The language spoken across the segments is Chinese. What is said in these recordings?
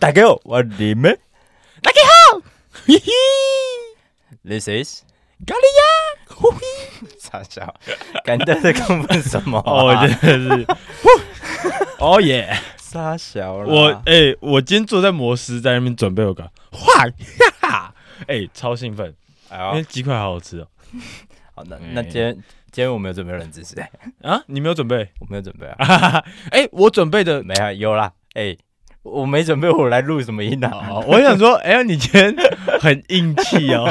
大家好，我你们大家好， 嘿嘿， ，This is 咖喱呀，呼嘿，傻笑，干瞪在亢奋什么啊、 哦，真的是，哦耶！傻笑啦我哎、我今天坐在摩斯，在那边准备我个 哇哈哈，哎、超兴奋，哎因呦为鸡块好好吃哦。好那哎那今天今天我没有准备冷知识，啊，你没有准备？ 我没有准备啊，哈哈哈哎、我准备 的。没有有啦，哎、我没准备，我来录什么音啊？哦，我想说，哎、你今天很硬气 哦，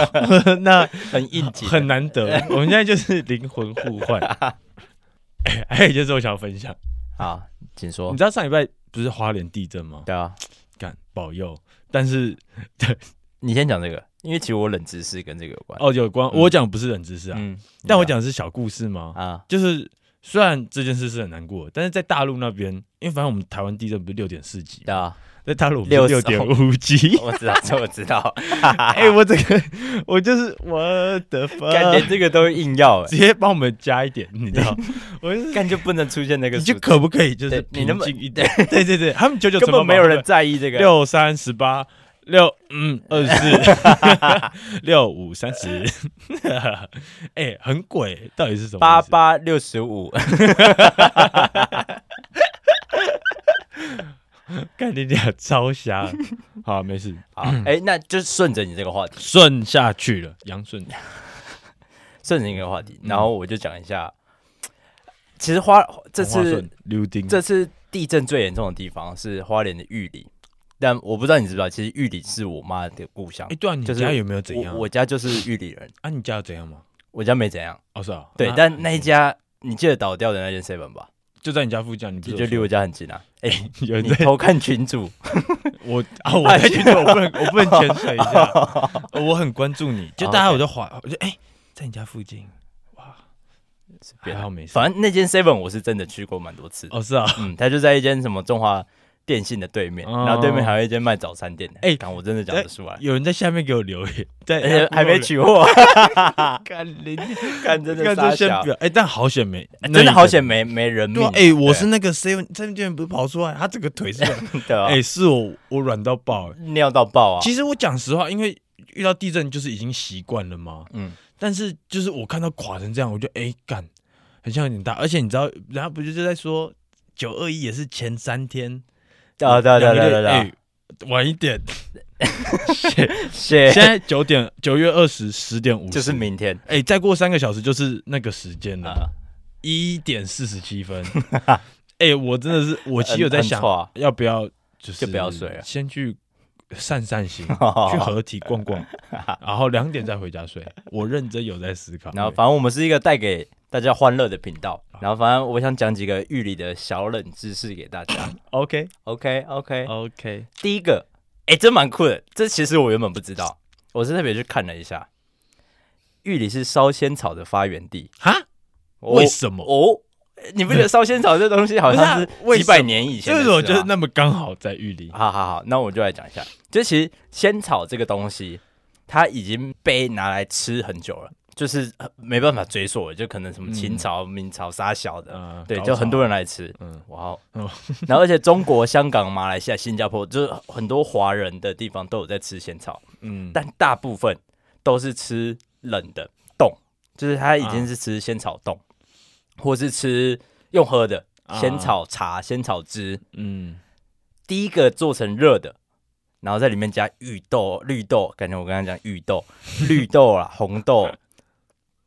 那很应景，很难得。我们现在就是灵魂互 换。哎还有一件事我想要分享，啊，请说你。知道上礼拜不是花莲地震吗？对啊，干保佑，但是你先讲这个，因为其实我冷知识跟这个有关。哦，有关嗯我讲不是冷知识啊，嗯，但我你讲的是小故事吗？啊，就是虽然这件事是很难过，但是在大陆那边，因为反正我们台湾地震不是六点四级，对啊，在大陆我们六点五级。我知道， 这我知道， 哎、我这个我就是我的 干连妈，这个都硬要、 直接帮我们加一点，你知道？我就是哎干就不能出现那个你数字，就可不可以就是对你能不平能静一点？对对对，他们九九根乘本法没有人在意这个。六三十八六嗯二四 六五三十， 哎，很鬼，到底是什么意思？八八六十五， 干你俩超 瞎，好没事，好，哎、那就顺着你这个话题，顺下去了，杨顺，顺着你这个话题，嗯然后我就讲一下，其实花这黄花次顺嗯柳丁，这次地震最严重的地方是花莲的玉里，但我不知道你知不知道，其实玉里是我妈的故乡哎，。对啊，你就是家有没有怎样我？我家就是玉里人，啊，你家有怎样吗？我家没怎样。哦，是啊，对，那但那一家你记得倒掉的那间 seven 吧，就在你家附近啊，你不就是就离有我家很近啊。哎、 说有人你在偷哎看群主，我啊，我在群组，我不能，我不能潜水一下， 呃我很关注你，就大家哦 OK 我就滑，我就哎，在你家附近，随还便啊好没事，反正那间 seven 我是真的去过蛮多次的。哦是啊，嗯，他就在一间什么中华电信的对面，哦然后对面还有一间卖早餐店的。哎、哎看我真的讲得出来，有人在下面给我留言，在而且哎还没取货， 干林，看真的干傻这先小不，要。哎，但好险没，哎真的好险没。没没人对命啊啊。，哎，我是那个 seven seven 店不是跑出来，他整个腿是，的，哎、 哎，是我我软到爆。哎尿到爆啊！其实我讲实话，因为遇到地震就是已经习惯了嘛，嗯，但是就是我看到垮成这样，我就哎干，很像有点大。而且你知道，人家不就是在说九二一也是前三天，对啊对啊对啊两个对啊月对啊，哎晚 一点，谢现在九点九月二十十点五，哎就是明天哎、再过三个小时就是那个时间了，啊，一点四十 七分。哎、我真的是，我其实有在想很很错啊，要不要就是就不要睡了先去散 散心，去合体逛逛，然后两点再回家睡。我认真有在思考，然后反正我们是一个带给大家欢乐的频道，然后反正我想讲几个玉里的小冷知识给大家。 OK OK OK， OK，第一个，哎、真蛮酷的。这其实我原本不知道，我是特别去看了一下，玉里是烧仙草的发源地。哈，哦为什么哦，你不觉得烧仙草这东西好像是不是啊几百年以前所的以事吗？我觉得那么刚好在玉林，好好好，那我就来讲一下，就其实仙草这个东西，它已经被拿来吃很久了，就是呃没办法追溯了，就可能什么秦朝、明朝、沙小的，嗯对，高就很潮多人来吃。嗯哇哦哦！然后而且中国、香港、马来西亚、新加坡，就是很多华人的地方都有在吃仙草，嗯，但大部分都是吃冷的冻，就是它已啊经是吃仙草冻，或是吃用喝的啊仙草茶、仙草汁。嗯，第一个做成热的，然后在里面加芋豆、绿豆，感觉我刚刚讲芋 豆、绿豆啦、红豆、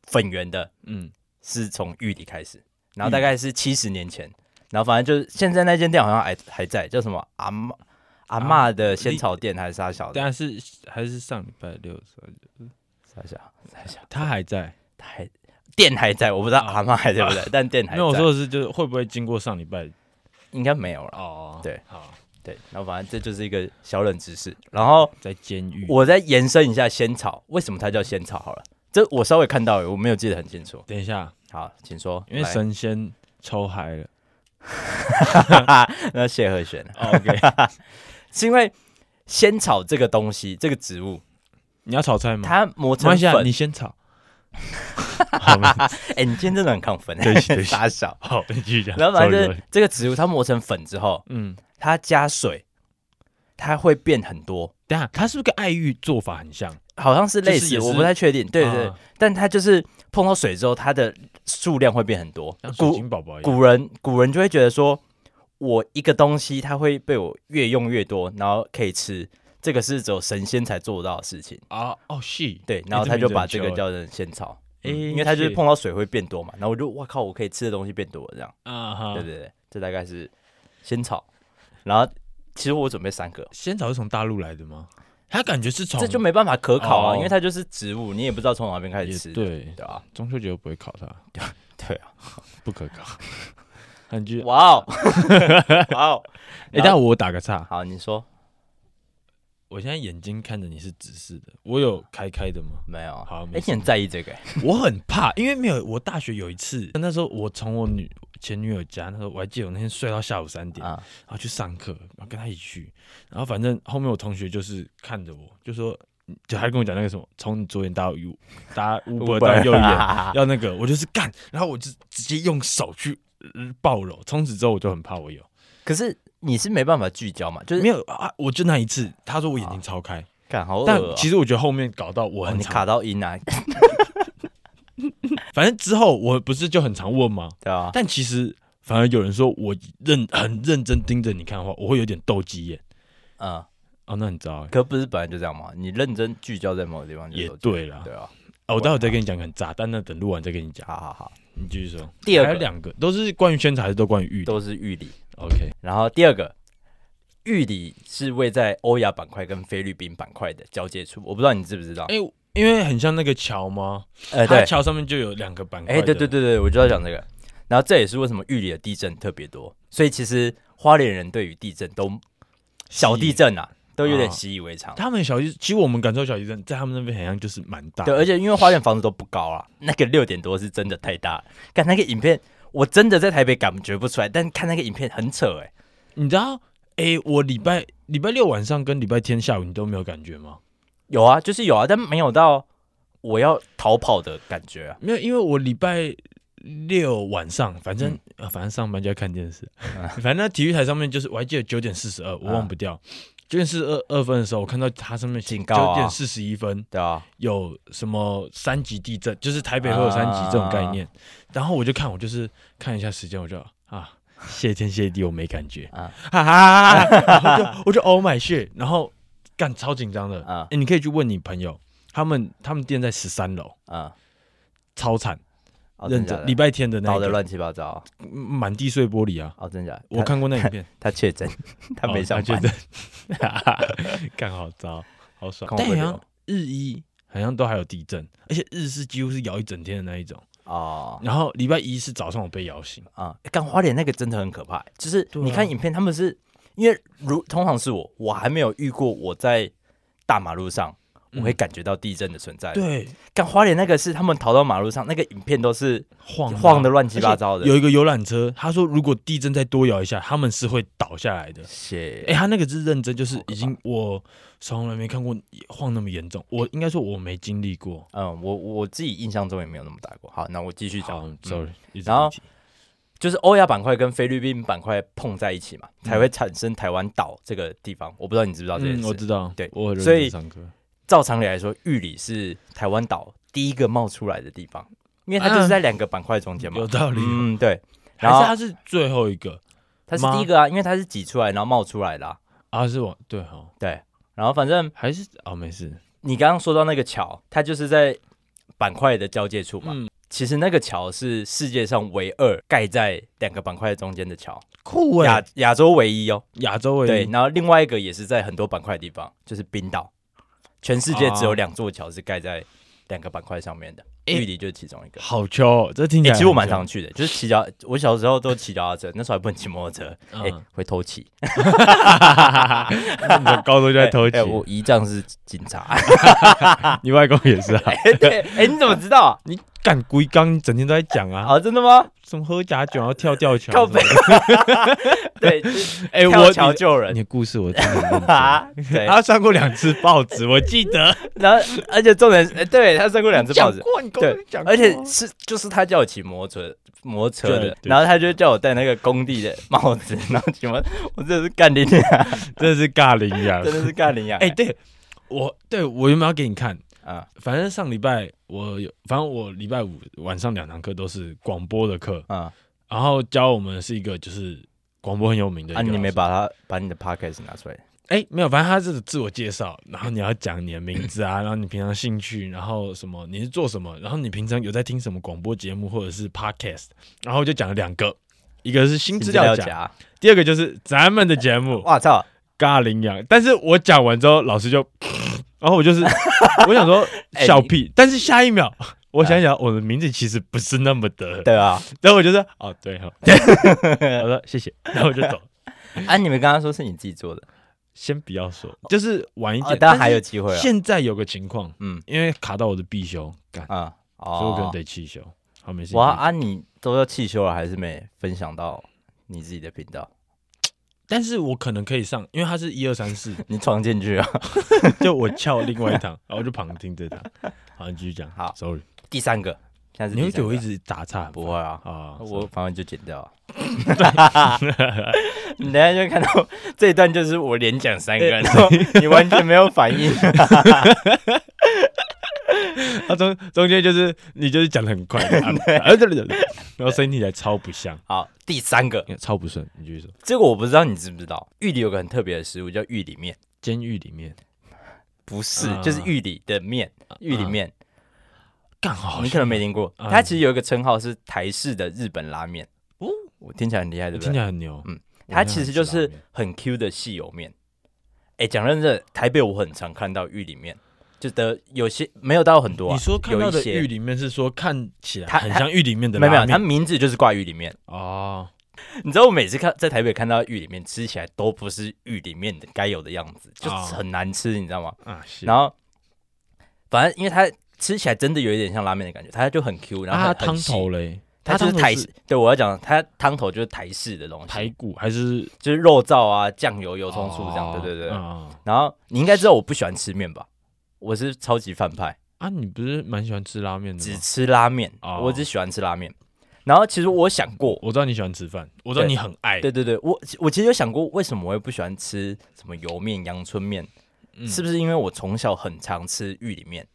粉圆的，嗯，是从玉里开始，然后大概是七十年前，然后反正就是现在那间店好像还还在，叫什么阿妈阿妈的仙草店还是啥小的但是还是上礼拜六，啥小啥小，他还在。它还店还在，我不知道阿妈还在不在，但店还啊在，没有，我说的是就是会不会经过上礼拜应该没有了。哦，对，好，对，然后反正这就是一个小冷知识。然后在监狱。我再延伸一下仙草，为什么它叫仙草？好了，这我稍微看到了，我没有记得很清楚。等一下，好，请说。因为来神仙抽嗨了。那谢和弦啊 OK，是因为仙草这个东西，这个植物， 你要炒菜吗？它磨没关成系啊，粉你先炒。好，没事哎、你今天真的很亢奋，对不起对 不起傻笑。好，你继续讲。然后反正 Sorry，sorry 嗯这个植物它磨成粉之后，嗯，它加水，它会变很多，等一下，它是不是跟爱玉做法很像？好像是类就似，是也是我不太确定。对对对啊但它就是碰到水之后，它的数量会变很多像。水古晶宝宝一样。古人古人就会觉得说，我一个东西它会被我越用越多，然后可以吃，这个是只有神仙才做得到的事情。啊哦，是，对，哎然后他就把这个名字很叫成仙草，哎嗯因为他就是是碰到水会变多嘛。然后我就哇靠，我可以吃的东西变多了这样。旧啊哈，对对对，这大概是仙草。然后其实我准备三个，仙草是从大陆来的吗？它感觉是从这就没办法可考啊，哦因为它就是植物，你也不知道从哪边开也始吃。对，对啊，中秋节又不会考它，对啊。不可考。 很句，哇哦， 哇哦，哎，但我打个岔，好，你说我现在眼睛看着你是直视的，我有开开的吗？没有啊？好没哎，事你很在意这个欸？我很怕，因为没有。我大学有一次，那时候我从我女前女友家，那时候我还记得我那天睡到下午三点，啊，然后去上课，然后跟她一起去，然后反正后面我同学就是看着我，就说，嗯就还跟我讲那个什么，从你左眼到右，搭 乌波到右眼，要那个，我就是干，然后我就直接用手去呃抱揉，从此之后我就很怕我有，可是你是没办法聚焦嘛，就是没有啊，我就那一次，他说我眼睛超开，看好恶但哦其实我觉得后面搞到我哦很你常，卡到 音啊，反正之后我不是就很常问吗？对啊，但其实反而有人说我认很认真盯着你看的话，我会有点斗鸡眼嗯，哦，那你知道欸可不是本来就这样嘛，你认真聚焦在某个地方就也有对啦，对啊，哦，我待会再跟你讲个很炸，但那等录完再跟你讲，好好好，你继续说。第二还有个两个都是关于宣传还是都关于玉的都是玉里， ？OK，然后第二个。玉里是位在欧亚板块跟菲律宾板块的交界处，我不知道你知不知道？哎、因为很像那个桥吗？呃，它对，桥上面就有两个板块。哎、对对对，对对，我就要讲这个。然后这也是为什么玉里的地震特别多，所以其实花莲人对于地震都小地震啊，都有点啊习以为常。他们小地，其实我们感受小地震，在他们那边好像就是蛮大对，的。而且因为花莲房子都不高啊， 那个六点多是真的太大了。看那个影片，我真的在台北感觉不出来，但看那个影片很扯哎、你知道，哎、我礼拜礼拜六晚上跟礼拜天下午你都没有感觉吗？有啊，就是有啊，但没有到我要逃跑的感觉啊。没有，因为我礼拜六晚上，反正、呃反正上班就要看电视，反正那体育台上面就是，我还记得九点四十二，我忘不掉。九点四十二二分的时候，我看到它上面警告啊九点四十一分对啊，有什么三级地震，就是台北会有三级这种概念。然后我就看，我就是看一下时间，我就啊，谢天谢地，我没感觉啊啊，哈哈哈哈哈哈我就我就 Oh my shit，然后干超紧张的啊啊、诶你可以去问你朋友，他们他们店在十三楼，嗯，超惨。哦、认真真，的礼假的拜天的那倒一的个乱七八糟。啊嗯满地碎玻璃啊！哦，真的假的？我他看哦过那影 片， 他确诊，他没上班。班，干好糟，好爽看。我但不了好像日一好像都还有地震，而且日是几乎是摇一整天的那一种。哦，然后礼拜一是早上我被摇醒，啊，干花脸那个真的很可怕、欸就是对啊你看影片，他们是因为如通常是我，我还没有遇过我在大马路上我嗯会感觉到地震的存在。，对，干花脸那个是他们逃到马路上，那个影片都是晃晃的的啊乱七八糟的。有一个游览车，他说如果地震再多摇一下，他们是会倒下来的。血，哎，他那个是认真，就是已经我从来没看过晃那么严重，我应该说我没经历过。嗯，我我自己印象中也没有那么大过。好，那我继续讲好，嗯，sorry，一直然后提就是欧亚板块跟菲律宾板块碰在一起嘛，才会产生台湾岛这个地方。我不知道你知不知道这件嗯，事。我知道，哦对我很认所真以上课。照常理来说，玉里是台湾岛第一个冒出来的地方，因为它啊就是在两个板块中间嘛。有道理哦嗯，对，还然后是他是最后一个它是吗第一个啊，因为它是挤出来然后冒出来的啊、啊？是我对哈、哦，对，然后反正还是哦没事，你刚刚说到那个桥，它就是在板块的交界处嘛。嗯其实那个桥是世界上唯二盖在两个板块中间的桥，酷哎、亚亚洲唯一哦。亚洲而欸对已，，然后另外一个也是在很多板块的地方，就是冰岛，全世界只有啊两座桥是盖在两个板块上面的，诶玉里就是其中一个。好球、哦，这听起欸来、其实我蛮常，去的，就是骑脚，我小时候都骑脚踏车，那时候还不能骑摩托车，哎、嗯，会偷骑。 那你从高 中就在偷欸窃欸，我姨丈是警察， 你外公也是啊，对，哎、你怎么知道啊？你干龟缸整天都在讲啊，啊，真的吗？什么喝假酒然后跳啊吊桥，靠背， 对，哎、我跳桥你救人你的故事我真 的很认真啊，对，他上过两次报纸，我记得。然后而且重点是，哎对他上过两次报纸，过，你跟我讲而且是就是他叫我骑摩托车，摩托车的对，对然后他就叫我戴那个工地的帽子，然后请问我真的是干你娘，真的是尬领养真。的是干你娘！哎、对我对我原本要给你看，啊，反正上礼拜我有，反正我礼拜五晚上两堂课都是广播的课，啊然后教我们是一个就是广播很有名的一啊！个老师。你没把他把你的 podcast 拿出来，哎、没有，反正他是自我介绍，然后你要讲你的名字啊，然后你平常兴趣，然后什么你是做什么，然后你平常有在听什么广播节目或者是 podcast，然后我就讲了两个，一个是新资料夹，夹，第二个就是咱们的节 目哇操！尬领养。但是我讲完之后，老师就， 然后 我就是我想说哎啊笑屁，但是下一秒我想一想，我的名字其实不是那么的，对啊，然后我就说哦对 哈，我说谢谢，然后我就走，啊，你们刚刚说是你自己做的，先不要说，就是晚一哦点，，但还哎是有机会啊，现在有个情况，嗯因为卡到我的必修，干，啊，所以我可能哦，得弃修。好，没事。哇你继啊，续你都要汽修了，还是没分享到你自己的频道？但是我可能可以上，因为它是一二三 四，你闯进去啊！就我翘另外一堂，然后我就旁听这堂。好，你继续讲。好，sorry，第三个，现在是你会第给三我个一直打岔，很不烦会啊？啊？我反正就剪掉 了。 你等一下就看到这一段，就是我连讲三个，然后你完全没有反应。 他中中间就是你就是讲的很快， 啊啊对对对对然后声音听起来超不像，好，第三个，超不顺。你继续说，这个我不知道你知不知道，玉里有个很特别的食物叫玉里面，监狱里面不是，啊就是玉里的面，玉里面，干好你可能没听过。啊它其实有一个称号是台式的日本拉面，哦我听起来很厉害，对不听起对？来很牛。嗯我它很想其吃拉面，实就是很 Q 的细油面。哎，讲认真的，台北我很常看到玉里面，就的有些没有到很多啊、你说看有到一的些狱里面是说看起来它很它像狱里面的没有拉没有，它面，名字就是挂玉里面。 哦，你知道我每次看在台北看到玉里面，吃起来都不是玉里面的该有的样子，就是哦很难吃，你知道吗？啊，是然后反正因为它吃起来真的有一点像拉面的感觉，它就很 Q，然后啊很它汤，头很细嘞，它就是汤头台式。对我要讲，它汤头就是台式的东排西，骨还是就是肉燥啊、酱油、油葱酥这样。哦对对对。嗯然后你应该知道我不喜欢吃面吧？我是超级反派。啊，你不是蛮喜欢吃拉面的只吗？吃拉面，哦我只喜欢吃拉面。然后其实我想过，我知道你喜欢吃饭，我知道对你很爱，对对对，我我其实有想过，为什么我会不喜欢吃什么油面、阳春面？嗯是不是因为我从小很常吃玉里面，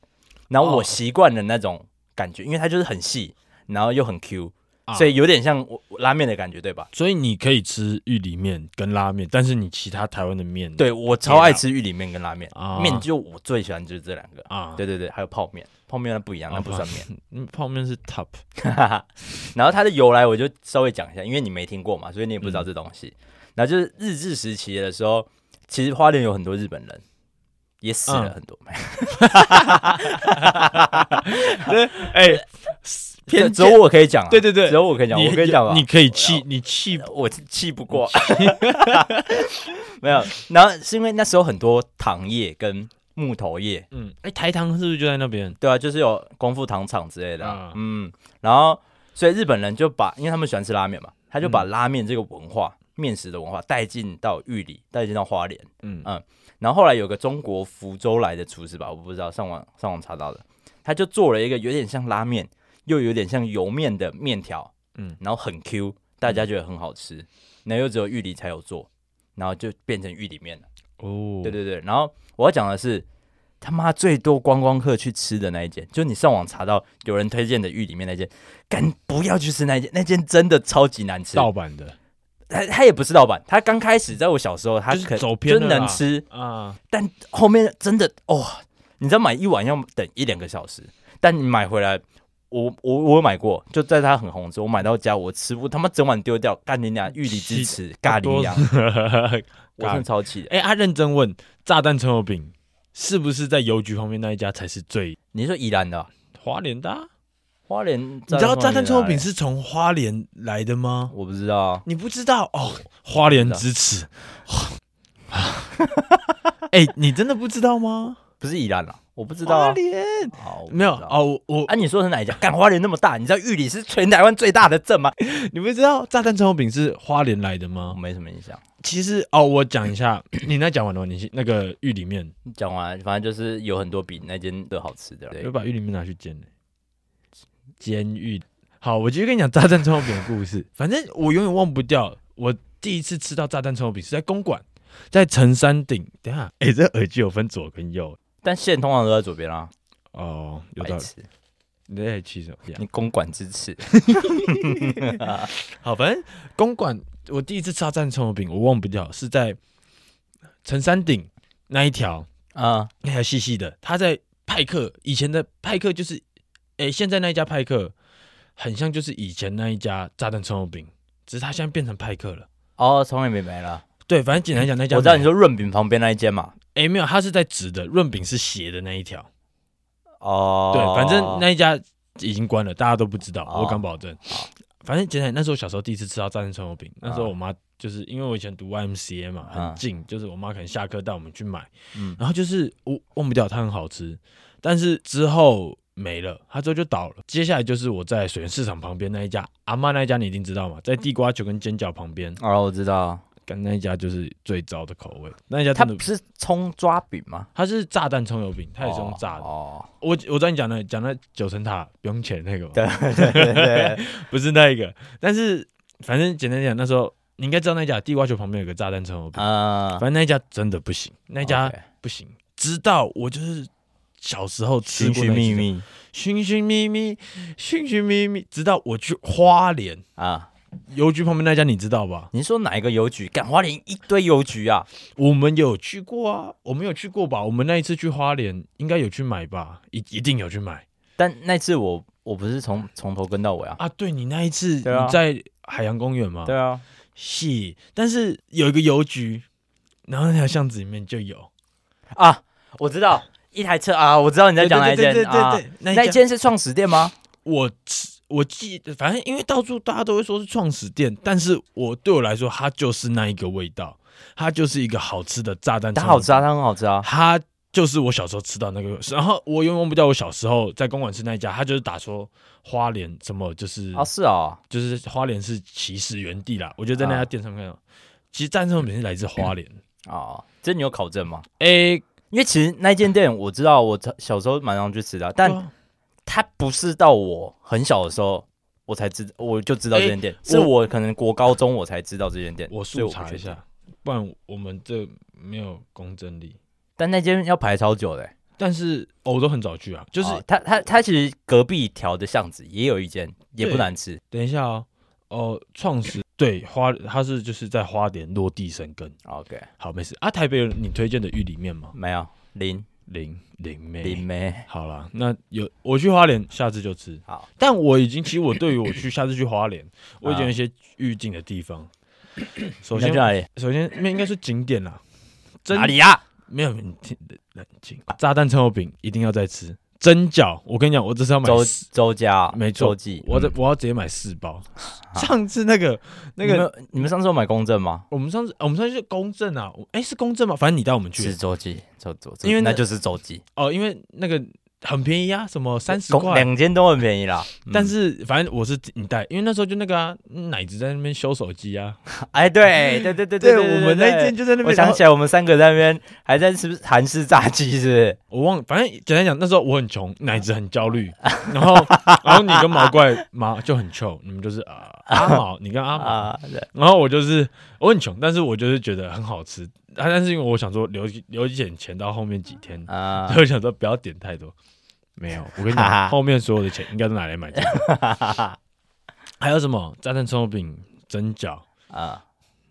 然后我哦习惯了那种感觉，因为它就是很细，然后又很 Q，、啊所以有点像我我拉面的感觉，对吧？所以你可以吃玉里面跟拉面，但是你其他台湾的面对我超爱吃玉里面跟拉面，嗯啊面就我最喜欢就是这两个。啊，对对对，还有泡面，泡面那不一样，啊，那不算面。面，泡面是 top 哈哈，然后它的由来我就稍微讲一下，因为你没听过嘛，所以你也不知道嗯这东西。然后就是日治时期的时候，其实花莲有很多日本人，也死了很多，哎，偏 偏只有我可以讲、啊，对对对只有我可以讲。我跟你讲吧，啊你可以气，你气我气不过， 没有。然后是因为那时候很多糖业跟木头业嗯，哎，台糖是不是就在那边？对啊，就是有功夫糖厂之类的啊、啊嗯，然后所以日本人就把，因为他们喜欢吃拉面嘛，他就把拉面这个文化、面食的文化带进到玉里，带进到花莲，嗯嗯然后后来有个中国福州来的厨师吧，我不知道，上网上网查到的，他就做了一个有点像拉面，又有点像油面的面条，嗯嗯，然后很 Q，大家觉得很好吃，那、又只有玉里才有做，然后就变成玉里面了。哦，对对对，然后我要讲的是，他妈最多观光客去吃的那一间，就你上网查到有人推荐的玉里面那间，敢不要去吃那一间，那间真的超级难吃。盗版的它它也不是盗版，它刚开始在我小时候，它就是可走偏了就啦能吃，啊，但后面真的哦，你知道买一碗要等一两个小时，但你买回来。我我我有买过，就在它很红之后，我买到家我吃不，他妈整碗丢掉，干你俩玉里之耻，尬你 俩，我真的超气的。哎、他认真问，炸弹葱油饼是不是在邮局旁边那一家才是最你说宜兰的啊、花莲的啊、花莲，你知道炸弹葱油饼是？是从花莲来的吗？我不知道啊，你不知道哦，花 莲之耻。哎、你真的不知道吗？不不是宜兰啦，我不知道花啊。莲好我不知道没有哦，我我啊，你说的是哪一家？干花莲那么大，你知道玉里是全台湾最大的镇吗？你不知道炸弹葱油饼是花莲来的我吗？没什么印象。其实哦，我讲一 下，你那讲完了吗？你先那个玉里面，讲完，反正就是有很多比那间的好吃的。又对，把玉里面拿去煎了，监狱。好，我继续跟你讲炸弹葱油饼的故事。 反正我永远忘不掉，我第一次吃到炸弹葱油饼是在公馆，在城山顶。等一下，哎、这耳机有分左跟右但线通常都在左边啦。哦，有道白理。痴，你在气什么呀？你公馆之耻。好，反正公馆我第一次吃到炸弹葱油饼，我忘不掉，是在城山顶那一条。啊，那条哎细细的，它在派克以前的派克就是，诶、现在那一家派克很像就是以前那一家炸弹葱油饼，只是它现在变成派克了。哦，从来没没了。对，反正简单讲，那家我知道没你说润饼旁边那一间嘛。诶、没有，它是在直的，润饼是斜的那一条。哦，对，反正那一家已经关了，大家都不知道，哦我敢保证。反正简单，那是我小时候第一次吃到炸弹葱油啊饼，那时候我妈就是因为我以前读 YMCA 嘛，嗯很近，就是我妈可能下课带我们去买，嗯然后就是我忘不掉它很好吃，但是之后没了，它之后就倒了。接下来就是我在水源市场旁边那一家阿妈那一家，你一定知嗯道嘛，在地瓜球跟煎饺旁边，哦，我知道，干那一家就是最糟的口味，那一家它真的不是葱抓饼吗？它是炸弹葱油饼，它也是用炸的。哦，我我知道你讲的讲的九层塔不用钱那个嘛，对对对对， 不是那一个，但是反正简单讲，那时候你应该知道那一家地瓜球旁边有个炸弹葱油饼，啊反，正那一家真的不行，那一家 OK 不行。直到我就是小时候吃寻过寻那一觅家，觅寻寻觅觅，寻寻觅觅，直到我去花莲啊。邮局旁边那家，你知道吧？你说哪一个邮局？干花莲一堆邮局啊！我们有去过啊，我们有去过吧？我们那一次去花莲，应该有去买吧？一一定有去买但那次我我不是从从头跟到尾啊。啊！对你那一次、对啊你在海洋公园吗？对啊，是，但是有一个邮局，然后那条巷子里面就有。啊，我知道一台车啊，我知道你在讲哪一间对对对啊对，对，那那一一间间是创始店吗？我吃我记，反正因为到处大家都会说是创始店，但是我对我来说，它就是那一个味道，它就是一个好吃的炸弹。它好吃啊，，它很好吃啊。它就是我小时候吃到那个。然后我永远忘不掉我小时候在公馆吃那一家，它就是打说花莲什么，就是、啊，是哦，就是花莲是起始源地啦。我就在那家啊店上面看到，其实战争本身来自花莲。哦，这你有考证吗？诶、因为其实那间店我知道，我小时候蛮常去吃的啊，对但啊它不是到我很小的时候我才知，我就知道这间店，是我我可能国高中我才知道这间店。我所以速不查确一定，下，不然我们这没有公正力。但那间要排超久的欸，但是、哦我都很早去啊，就是、哦它它它其实隔壁一条的巷子也有一间，也不对难吃等一下哦，哦，创始对花，它是就是在花莲落地生根。 ，OK，好，没事啊。台北有你推荐的玉里面吗？没有零零零妹。零没好啦，那有我去花莲，下次就吃。好，但我已经其实我对于我去下次去花莲，我已经有一些预定的地 方。首你要先去，哪里？首先那应该是景点啦，真哪里啊呀？没有你听冷静。炸弹葱油饼一定要再吃，蒸饺我跟你讲，我这次要买周四周家没错周记，我这嗯我要直接买四包。上次那个那你个们你们上次有买公证吗？我们上次哦我们上次是公证啊，哎、是公证吗？反正你带我们是去周记，周周，周因为那那就是周记，哦，因为那个很便宜啊，什么三十公块，两间都很便宜啦。 嗯但是反正我是你带，因为那时候就那个啊，奶子在那边修手机啊，哎，对对对对我们那天。就在那边，我然想后起来，我们三个在那边还在吃韩式炸鸡，是不是？我忘，反正简单讲，那时候我很啊穷，奶子很焦虑，然后然后你跟毛怪毛就很臭，你们就是啊、阿毛，你跟阿毛，啊，对然后我就是我很穷，但是我就是觉得很好吃，啊，但是因为我想说留一留一点钱到后面几天，啊所以我想说不要点太多。没有，我跟你讲，后面所有的钱应该都拿来买这个。还有什么炸弹葱油饼、蒸饺，啊！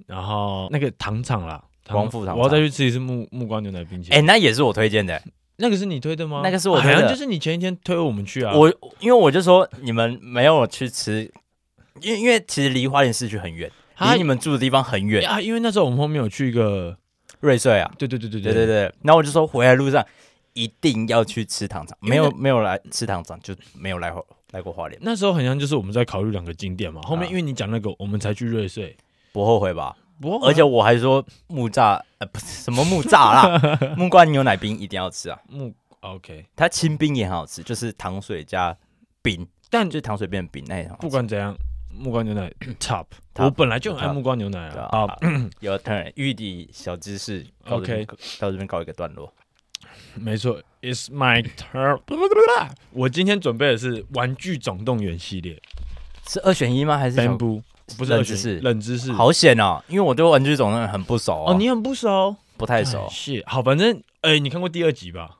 然后那个糖厂啦，糖光复糖厂我要再去吃一次木木瓜牛奶冰淇淋。哎，那也是我推荐的。那个是你推的吗？那个是我推的好像就是你前一天推我们去啊。我因为我就说你们没有去吃，因为因为其实离花莲市区很远，啊离你们住的地方很远，啊，因为那时候我们后面有去一个，瑞穗啊。对对对对对对对，然后我就说回来路上一定要去吃糖厂，因没为有那没有来吃糖厂就没有来花来过花莲，那时候好像就是我们在考虑两个景点嘛。后面啊因为你讲那个，我们才去瑞穗。不后悔吧？不过而且我还说木栅呃不是什么木栅 啦，木瓜牛奶冰一定要吃啊，木 OK，它清冰也很好吃，就是糖水加冰，但就是糖水变冰那也很好吃不管怎样，木瓜牛 奶 top， Top，我本来就很爱 top 木瓜牛奶对啊。啊，啊好，有 turn 玉底小知识到这边到这边告一个段落。没错，It's my turn。我今天准备的是《玩具总动员》系列是二选一吗？还是小，Bamboo，不是冷二选知识一冷知识。好险哦，因为我对玩具总动员很不熟啊哦，你很不熟，不太熟。是好，反正哎，你看过第二集吧？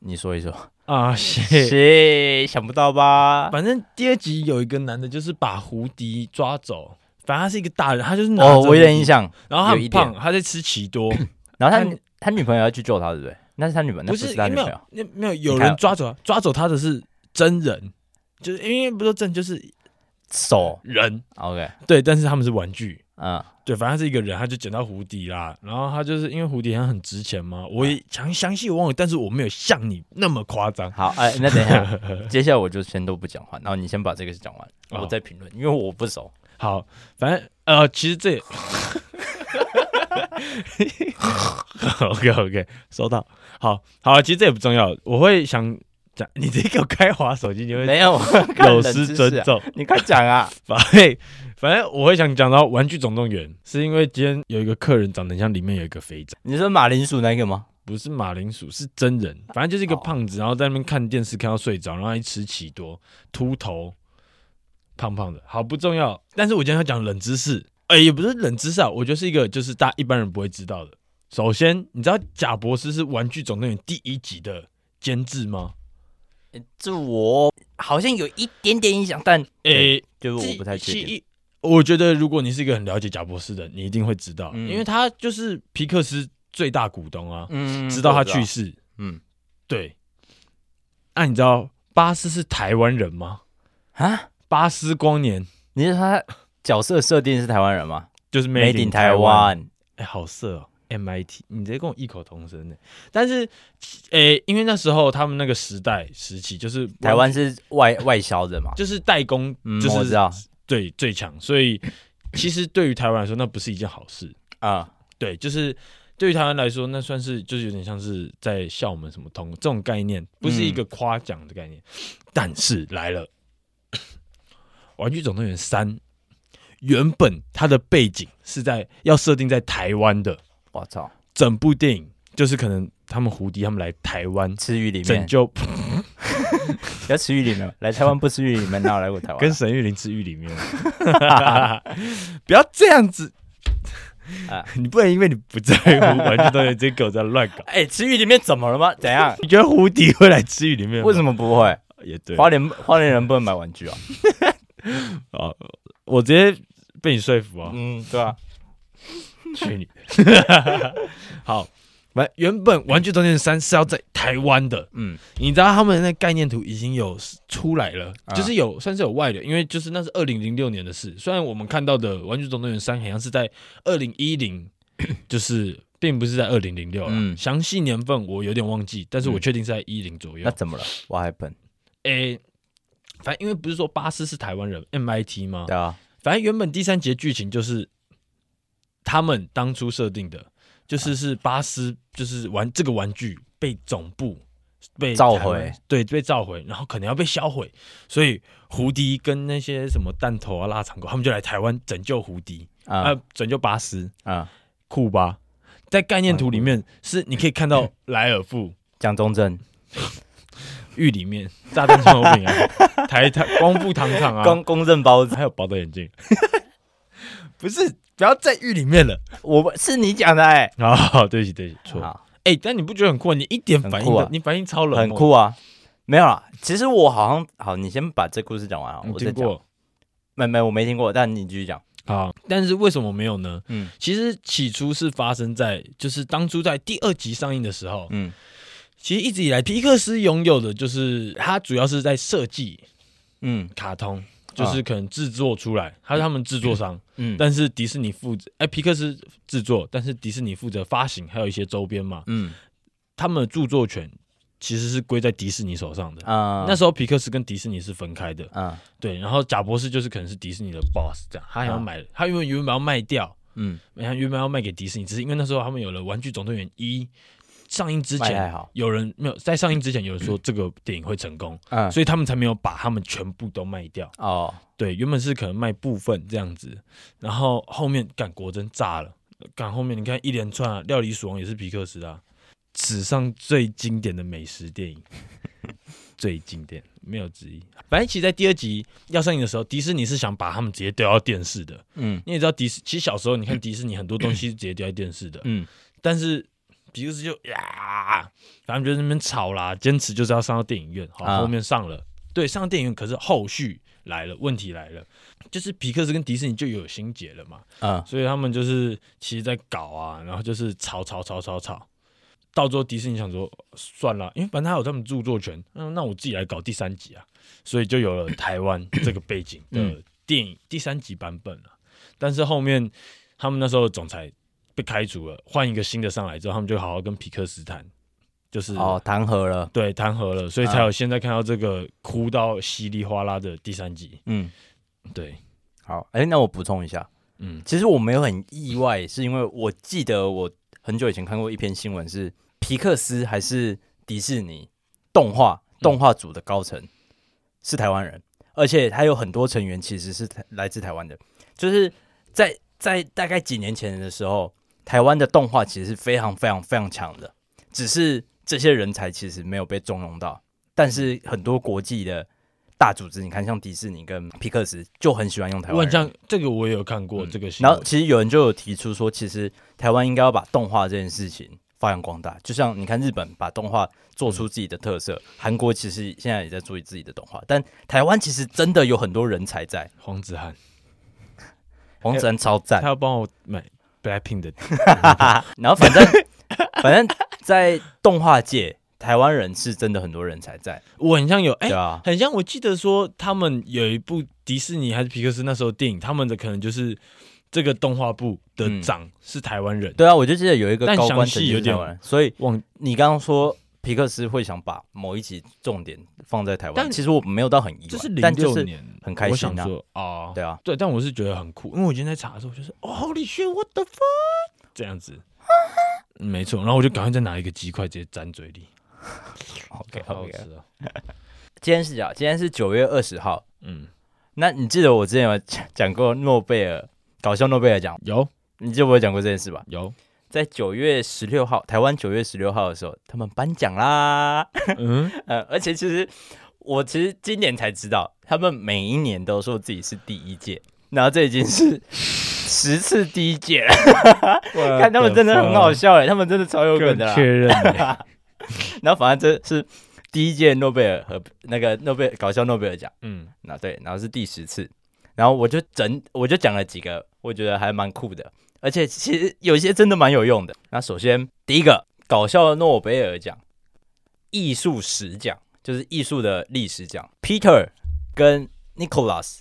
你说一说，啊，谢。是想不到吧？反正第二集有一个男的，就是把胡迪抓走。反正他是一个大人，他就是拿哦，着我有胡点迪印，象。然后他有一很点胖，他在吃奇 多，然后他但他女朋友要去救他，对不对？那是他女朋友，那不是是他女没朋友有。那没有有你看人抓走他，抓走他的是真人，就是因为不是真就是手人， ，OK，对，但是他们是玩具，嗯，对，反正是一个人，他就捡到胡迪啦，然后他就是因为胡迪他很值钱嘛，我也详详细我忘了，但是我没有像你那么夸张，好，哎，那等一 下，接下来我就先都不讲话，然后你先把这个讲完，哦我再评论，因为我不熟。好，反正呃，其实这 也，OK OK，收到，好好，其实这也不重要，我会想讲，你这个开滑手机，你会没有，有看冷知失识尊啊，重。 你快讲啊！反正反正我会想讲到《玩具总动员》，是因为今天有一个客人长得很像里面有一个肥仔，你说马铃薯那个吗？不是马铃薯，是真人，反正就是一个哦胖子，然后在那边看电视看到睡着，然后他一吃奇多，秃头，胖胖的，好不重要。但是我今天要讲冷知识，哎、也不是冷知识啊，我觉得是一个就是大家一般人不会知道的。首先，你知道贾博士是《玩具总动员》第一集的监制吗？这我好像有一点点印象，但诶、就是我不太确定。定。我觉得如果你是一个很了解贾博士的，你一定会知道，嗯因为他就是皮克斯最大股东啊，嗯直到他去，世。嗯对，那、你知道巴斯是台湾人吗？啊，巴斯光年你是说他角色设定是台湾人吗就是 m a Made d in 台湾，湾，哎、好色哦，MIT，你直接跟我异口同声呢。但是，哎、因为那时候他们那个时代时期就是台湾是外 外销的嘛？就是代工，嗯，就我是知道对最强，所以其实对于台湾来说，那不是一件好事。嗯啊，对，就是对于台湾来说，那算是就是有点像是在笑我们什么通这种概念，不是嗯一个夸奖的概念。但是来了，《玩具总动员三》原本它的背景是在要设定在台湾的，我操，整部电影就是可能他们胡迪他们来台湾吃鱼里拯面救， 不要吃鱼里面，来台湾不吃鱼里面，哪有来过台湾啊？跟沈玉琳吃玉里面， 不要这样子。啊你不能因为你不在乎《玩具总动员》这狗在乱搞。？哎，吃鱼里面怎么了吗？怎样 你觉得胡迪会来吃玉里面吗？为什么不会？也对花莲花莲人不能买玩具啊？啊，我直接被你说服啊！嗯，对啊，去你！ 好，完原本《玩具总动员三》是要在台湾的，嗯你知道他们那概念图已经有出来了，啊就是有算是有外流，因为就是那是二零零六年的事。虽然我们看到的《玩具总动员三》好像是在二零 一零，就是并不是在二零零六嗯了，详细年份我有点忘记，但是我确定是在一零左右那。怎么了？我还笨，嗯诶、反正因为不是说巴斯是台湾人，MIT 吗？对啊，反正原本第三集的剧情就是他们当初设定的，就是是巴斯，就是玩这个玩具被总部被召台湾回，对，被召回，然后可能要被销毁，所以胡迪跟那些什么弹头啊、腊肠狗，他们就来台湾拯救胡迪，啊、啊拯救巴斯，啊，酷吧？在概念图里面是你可以看到莱尔富。蒋中正狱里 面炸弹葱油饼啊，台台光复糖厂啊，公公正包子，还有薄的眼镜， 不是不要在狱里面了。我不是你讲的 哎，啊，对不起，对不起，错。好哎、但你不觉得很酷啊？你一点反应很都，酷啊你反应超冷漠，很酷啊。没有啦，其实我好像好，你先把这故事讲完啊，你我再听讲。过没没，我没听过，但你继续讲。好，但是为什么没有呢？嗯其实起初是发生在，就是当初在第二集上映的时候，嗯其实一直以来皮克斯拥有的就是它主要是在设计嗯卡通，就是可能制作出来，它是他们制作商，嗯但是迪士尼负责，哎、皮克斯制作，但是迪士尼负责发行，还有一些周边嘛，嗯他们的著作权其实是归在迪士尼手上的。啊，那时候皮克斯跟迪士尼是分开的，啊对，然后贾博士就是可能是迪士尼的 boss 这样，他还要买，他原本原本要卖掉，嗯，然后原本要卖给迪士尼，只是因为那时候他们有了《玩具总动员一》上映之卖太前，好，有人没有在上映之前有人说这个电影会成功，嗯，所以他们才没有把他们全部都卖掉。哦，对，原本是可能卖部分这样子，然后后面干果真炸了，干后面你看一连串啊，料理鼠王也是皮克斯的啊、史上最经典的美食电影， 最经典没有之一。反正其实在第二集要上映的时候，迪士尼是想把他们直接丢到电视的。嗯你也知道迪士，其实小时候你 看迪士尼很多东西是直接丢在电视的，嗯，但是皮克斯就呀，反正就在那边吵啦，坚持就是要上到电影院。好，啊后面上了，对，上电影院，可是后续来了，问题来了，就是皮克斯跟迪士尼就有心结了嘛，嗯，所以他们就是其实在搞啊，然后就是吵吵吵吵吵。到最后，迪士尼想说算了，因为反正他有他们著作权，嗯，那我自己来搞第三集啊，所以就有了台湾 这个背景的电影第三集版本了、啊但是后面他们那时候的总裁被开除了，换一个新的上来之后，他们就好好跟皮克斯谈，就是哦，啊弹劾了，对谈和了，所以才有现在看到这个哭到稀里哗啦的第三集。嗯，对，好，哎、那我补充一下，嗯其实我没有很意外，是因为我记得我很久以前看过一篇新闻，是皮克斯还是迪士尼动画动画组的高层、是台湾人，而且他有很多成员其实是台来自台湾的，就是在在大概几年前的时候，台湾的动画其实是非常非常非常强的，只是这些人才其实没有被重用到，但是很多国际的。大组织，你看像迪士尼跟皮克斯就很喜欢用台我湾很人，嗯像这个我也有看过这个新然闻后，其实有人就有提出说，其实台湾应该要把动画这件事情发扬光大，就像你看日本把动画做出自己的特色，韩国其实现在也在注意自己的动画，但台湾其实真的有很多人才在，黄子涵黄子安超赞 他。要帮我买 Blackpink 的，然后反正反正在动画界，台湾人是真的很多人才在，我很像有哎、对啊，很像我记得说他们有一部迪士尼还是皮克斯那时候的电影，他们的可能就是这个动画部的嗯长是台湾人，对啊，我就记得有一个但高官详细曾经是台有点湾人，所以忘你刚刚说。皮克斯会想把某一集重点放在台湾，但其实我没有到很意外，这是但零就六是年，很开心啊我想说哦，对啊，对，但我是觉得很酷，因为我今天在查的时候，我就是哦，Holy shit，what the fuck，这样子，嗯没错。然后我就赶快再拿一个鸡块直接粘嘴里 OK 好好 OK，吃啊。今天是讲，今天是九月二十号。嗯，那你记得我之前有讲讲过诺贝尔搞笑诺贝尔奖，有你记得我有讲过这件事吧？ 有，在九月十六号，台湾九月十六号的时候，他们颁奖啦。嗯，呃，而且其实我其实今年才知道，他们每一年都说自己是第一届，然后这已经是十次第一届了。 看他们真的很好，笑哎、他们真的超有梗更的啦确。认了 然后反正这是第一届诺贝尔和那个诺贝尔搞笑诺贝尔奖。嗯，那对，然后是第十次，然后我就整我就讲了几个，我觉得还蛮酷的，而且其实有一些真的蛮有用的。那首先第一个，搞笑诺贝尔奖艺术史奖，就是艺术的历史奖。Peter 跟 Nicholas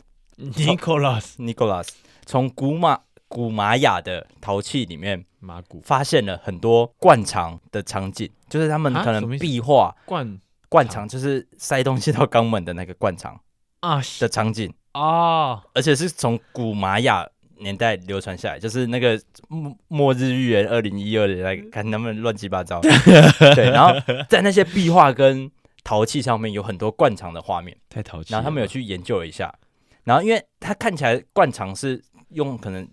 ，Nicholas Nicholas 从古马古玛雅的陶器里面马古发现了很多灌肠的场景，就是他们啊可什么能意思壁画冠灌肠，就是塞东西到肛门的那个灌肠啊的场景。啊，而且是从古玛雅年代流传下来，就是那个末末日预言二零一二的那个，看他们乱七八糟。对，然后在那些壁画跟陶器上面有很多灌肠的画面，太淘气了吧。然后他们有去研究了一下，然后因为它看起来灌肠是用可能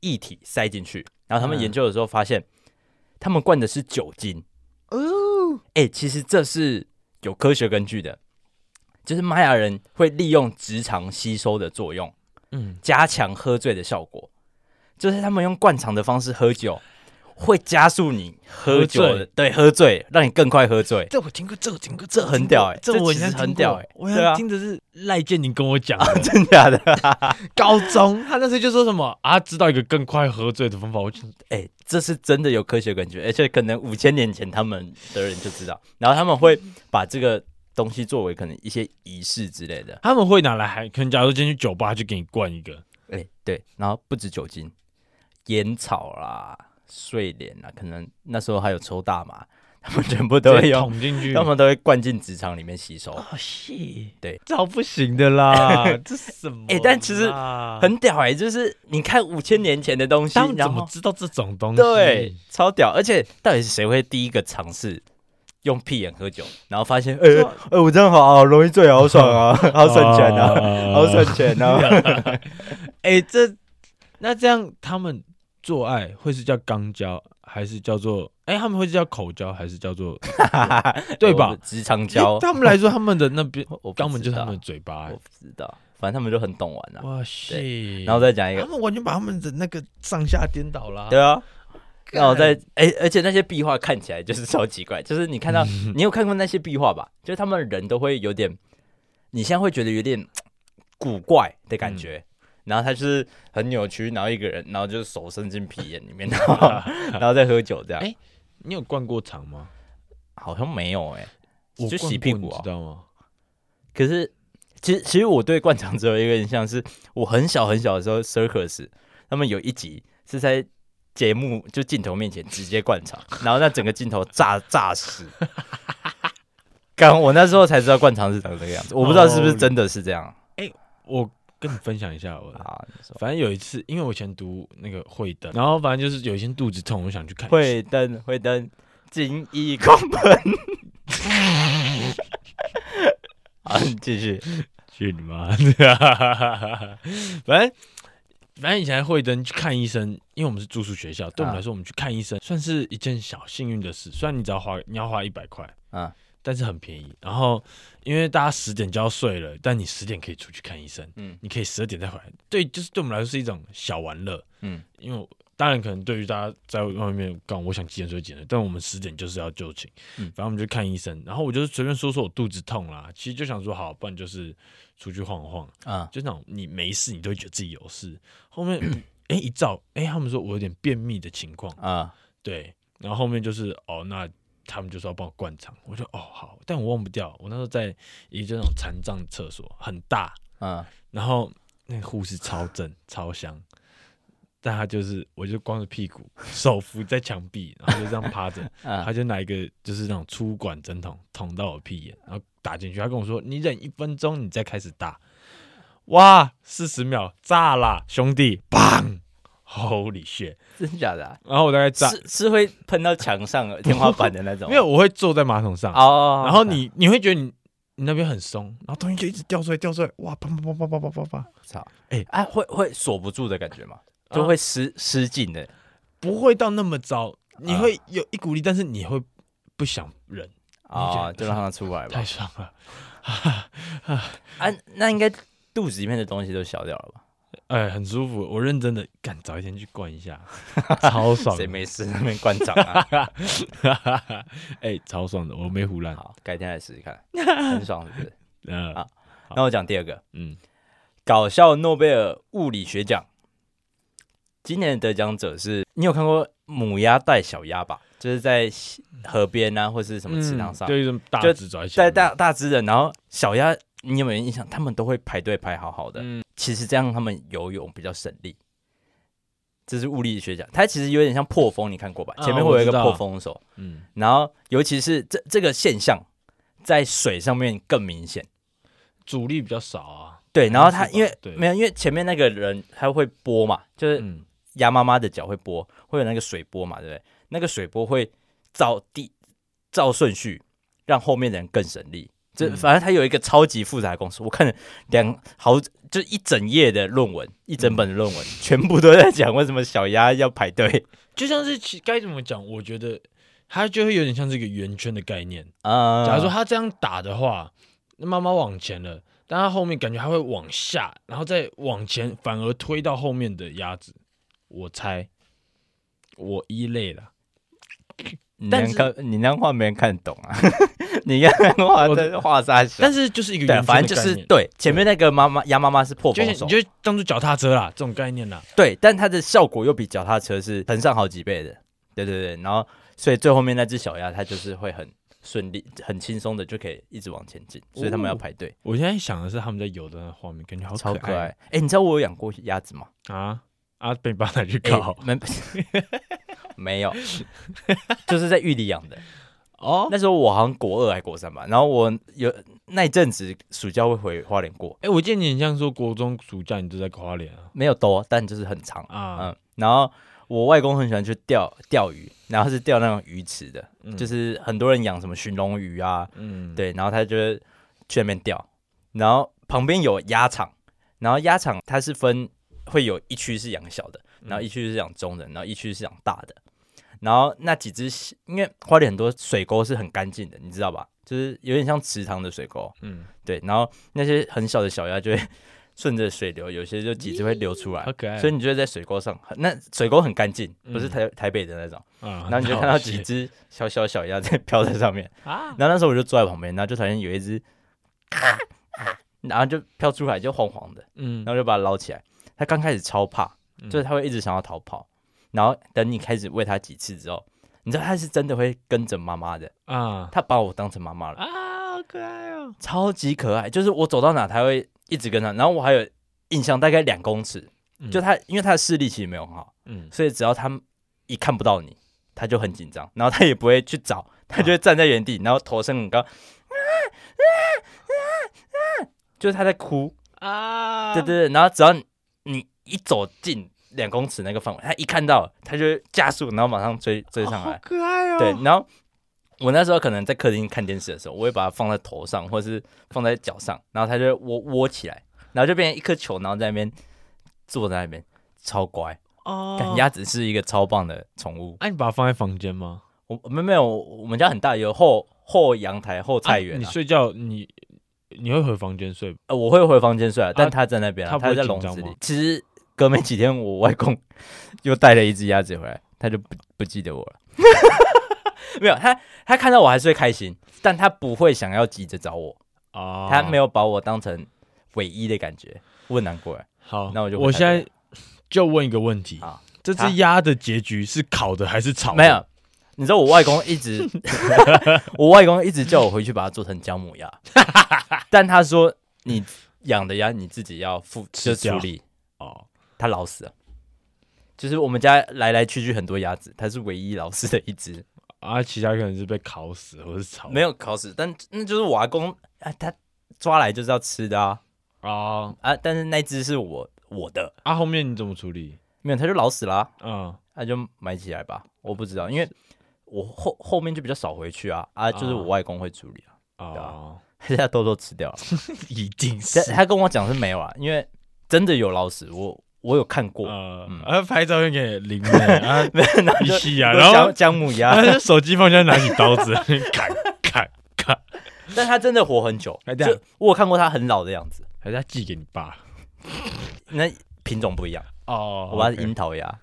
液体塞进去，然后他们嗯研究的时候发现，他们灌的是酒精。哦，哎，其实这是有科学根据的，就是玛雅人会利用直肠吸收的作用。嗯，加强喝醉的效果，就是他们用灌肠的方式喝酒，会加速你喝酒喝的，对，喝醉，让你更快喝 醉。这我听过，这我听过，这很屌欸这这我其好像实很听过屌欸我对啊像听的是赖建宁跟我 讲的，真的假的？高中，他那时候就说什么啊，知道一个更快喝醉的方法，我就哎、这是真的有科学根据，而且可能五千年前他们的人就知道，然后他们会把这个东西作为可能一些仪式之类的。他们会拿来还可能，假如今天去酒吧就给你灌一个，哎、对，然后不止酒精，啊烟草啦、睡莲啦，可能那时候还有抽大麻，他们全部都会直接用，捅进去，他们都会灌进职场里面吸收。哦，是，对，这好不行的 啦，这是什么啦？哎但其实很屌哎、就是你看五千年前的东西他们，然怎么后知道这种东西？对，超屌，而且到底是谁会第一个尝试用屁眼喝酒，然后发现，哎、哎、我这样好好容易醉，好爽 啊，好省钱啊，啊好省钱啊， 哎、这那这样他们做爱会是叫肛交，还是叫做哎、他们会是叫口交，还是 叫做对吧？？直肠交诶，他们来说，他们的那边 我不肛门就知是他道们的嘴巴、哎我不知道，反正他们就很懂玩啊。哇塞！然后再讲一他个，们完全把他们的那个上下颠倒啦。对啊，干然后再哎、而且那些壁画看起来就是超奇怪，就是你看 到你有看过那些壁画吧？就是他们人都会有点，你现在会觉得有点古怪的嗯感觉。然后他就是很扭曲，然后一个人，然后就是手伸进屁眼里面，然 后然后再喝酒这样。哎你有灌过肠吗？好像没有哎、我就灌洗过屁股你啊知道吗？可是其实其实我对灌肠只有一个印象是，我很小很小的时候，circus 他们有一集是在节目就镜头面前直接灌肠，然后那整个镜头炸炸死。刚我那时候才知道灌肠是长这个样子，我不知道是不是真的是这样我跟你分享一下我的。啊。你 说反正有一次，因为我以前读那个会灯，然后反正就是有一天肚子痛，我想去看医生会灯会灯，金一空喷。好，你继续。去你妈！的！反正反正以前慧登去看医生，因为我们是住宿学校，对我们啊来说，我们去看医生算是一件小幸运的事。虽然你只要花你要花一百块，啊但是很便宜。然后因为大家十点就要睡了，但你十点可以出去看医生，嗯你可以十二点再回来。对，就是对我们来说是一种小玩乐。嗯，因为我当然可能对于大家在外面干，我想几点睡几点睡，但我们十点就是要就寝，嗯反正我们就看医生，然后我就是随便说说我肚子痛啦，其实就想说好，不然就是出去晃晃，啊，就那种你没事，你都会觉得自己有事，后面 哎、一照，哎、他们说我有点便秘的情况，啊，对，然后后面就是哦那。他们就说要帮我灌肠，我就哦好，但我忘不掉，我那时候在一个那种残障厕所，很大，啊，然后那个护士超 正超香，但他就是我就光着屁股， 手扶在墙壁，然后就这样趴着， 啊他就拿一个就是那种粗管针筒捅到我屁眼，然后打进去。他跟我说：“你忍一分钟，你再开始打。”哇，四十秒炸啦，兄弟棒 Holy shit！真的假的啊？然后我大概炸，是是会喷到墙上 的天花板的那种，没有，我会坐在马桶上，哦。然后你你会觉得你你那边很松，然后东西就一直掉出来掉出来，哇，砰砰砰砰砰砰砰砰，操，哎哎啊哎，会会锁不住的感觉吗？就会失失禁的不会到那么糟，你会有一股力，但是你会不想忍，啊，你觉得就让它出来吧太。爽了。啊，那应该肚子里面的东西都消掉了吧？哎，很舒服，我认真的，赶早一天去灌一 下，超爽谁的，没事那边灌肠啊？ 哎，超爽的，我没胡乱。好，改天来试试 看，很爽是不是？呃，好那我讲第二个，嗯，搞笑诺贝尔物理学奖，今年的得奖者是你有看过母鸭带小鸭吧？就是在河边啊，或是什么池塘上嗯，就一种大就只爪一在大大只的，然后小鸭，你有没有印象？他们都会排队排好好的。嗯其实这样他们游泳比较省力。这是物理学家，它其实有点像破风，你看过吧？啊前面会有一个我知道破风手，嗯，然后尤其是这这个现象在水上面更明显。阻力比较少啊。对，然后他是吧因为对没有，因为前面那个人他会拨嘛，就是嗯，鸭妈妈的脚会拨，会有那个水波嘛，对不对？那个水波会照地照顺序，让后面的人更省力。这嗯反正它有一个超级复杂的公式，我看了两好就一整页的论文，一整本的论文， 全部都在讲为什么小鸭要排队就像是其该怎么讲，我觉得它就会有点像是一个圆圈的概念。啊。假如说他这样打的话，那妈妈往前了，但他后面感觉他会往下，然后再往前，反而推到后面的鸭子。我猜，我一类了。你但那样是看你那样画没人看得懂啊， 你那样画我在画啥小？但是就是一个啊对，圆圈的概反正念，就是对前面那个妈妈鸭妈妈是破就风是手你，就当做脚踏车啦，这种概念啦。对，但它的效果又比脚踏车是乘上好几倍的。对对对，然后所以最后面那只小鸭，它就是会很顺利、很轻松的就可以一直往前进，所以他们要排队，我现在想的是他们在游的那画面，感觉好超可可爱。哎、你知道我有养过鸭子吗？哎啊啊！被你爸拿去 诶搞没没有，就是在玉里养的。哦，那时候我好像国二还国三吧，然后我有那一阵子暑假会回花莲过，哎、我记得你很像说国中暑假你就在花莲啊，没有多，但就是很长。啊，嗯，然后我外公很喜欢去钓钓鱼，然后是钓那种鱼池的，嗯就是很多人养什么寻龙鱼啊，嗯，对，然后他就会去那边钓，然后旁边有鸭场，然后鸭场它是分会有一区是养小的，嗯然后一区是养中的，然后一区是养大的，然后那几只小因为花莲很多水沟是很干净的，你知道吧？就是有点像池塘的水沟，嗯，对，然后那些很小的小鸭就会 顺着水流，有些就几只会流出来好，可爱，哦所以你就会在水沟上，很那水沟很干净，不是嗯台台北的那种，啊，然后你就看到几好只小小小鸭在 飘在上面，谢啊，然后那时候我就坐在旁边，然后就发现有一只，然后就飘出来就黄黄的，嗯然，后就把它捞起来。它刚开始超怕，就是它会一直想要逃跑，然后等你开始喂它几次之后，你知道它是真的会跟着妈妈的，啊它把我当成妈妈了，啊，好可爱哦，超级可爱。就是我走到哪它会一直跟着，然后我还有印象大概两公尺，嗯就它因为它的视力其实没有很好。嗯，所以只要他一看不到你，他就很紧张，然后他也不会去找，他就会站在原地，然后头升很高，啊啊啊啊！就是他在哭，啊，对对对，然后只要你一走近两公尺那个范围，他一看到他就会加速，然后马上追追上好来，可爱哦，对，然后。我那时候可能在客厅看电视的时候，我会把它放在头上，或是放在脚上，然后它就会窝窝起来，然后就变成一颗球，然后在那边坐在那边，超乖。哦干，鸭子是一个超棒的宠物。哎，你把它放在房间吗？我没没有，我们家很大，有后后阳台、后菜园、啊啊你睡觉你你会回房间睡？呃我会回房间睡啊，但它在那边、啊，它不它会在笼紧子张吗里。其实隔没几天，我外公又带了一只鸭子回来，他就不不记 得我了。没有，他他看到我还是会开心，但他不会想要急着找我，啊，他没有。有把我当成唯一的感觉，我很难过哎。好，那我就回我台现在北就问一个问题好，这它只鸭的结局是烤的还是炒？没有，，你知道我外公一 直，我外公一直叫我回去把它做成姜 母鸭，但他说你养的鸭你自己要负就吃处掉理，哦，它老死了。就是我们家来来去去很多鸭子，它是唯一老死的一只，啊，其他可能是被烤死或是炒，没有烤死，但那就是我阿公啊，他抓来就是要吃的啊啊啊！但是那只是我我的，啊，后面你怎么处理？没有，它就老死了啊、嗯，那就买起来吧。我不知道，因为我后后面就比较少回去啊啊，就是我啊外公会处理啊，哦，现在偷偷吃掉了。一定他是他跟我讲是没有啊，因为真的有老死，我我有看过，呃嗯，啊，拍照片给林妹啊， 没有，然后一就系啊，就然后姜姜母 鸭，啊手机放下拿起刀 子砍砍砍，但他真的活很久，哎就这样我有看过他很老的样子，还是他寄给你爸那品种不一样，哦我把它是樱桃鸭，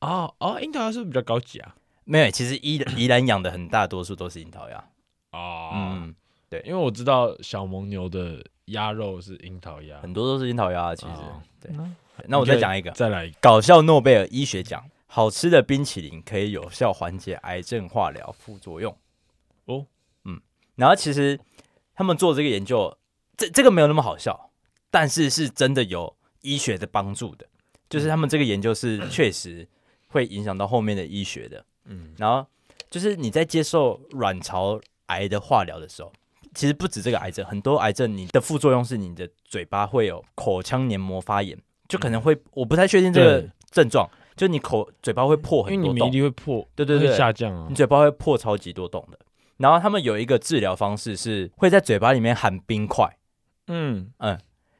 哦哦，樱桃是不是比较高级啊？没有，其实宜宜兰养的很大多数都是樱桃鸭，哦，嗯，因为我知道小蒙牛的鸭肉是樱桃鸭。很多都是樱桃鸭，其实哦对。那我再讲一个再来一个搞笑诺贝尔医学奖，好吃的冰淇淋可以有效缓解癌症化疗副作用。嗯哦，然后其实他们做这个研究，这这个没有那么好笑，但是是真的有医学的帮助的，就是他们这个研究是确实会影响到后面的医学的。嗯然后就是你在接受卵巢癌的化疗的时候，其实不止这个癌症，很多癌症你的副作用是你的嘴巴会有口腔黏膜发炎，就可能会，我不太确定这个嗯对症状，就你口嘴巴会破因为很你多免疫洞，力会破，对对对会下降啊你。嘴巴会破超级多洞的。然后他们有一个治疗方式是会在嘴巴里面含冰块，嗯，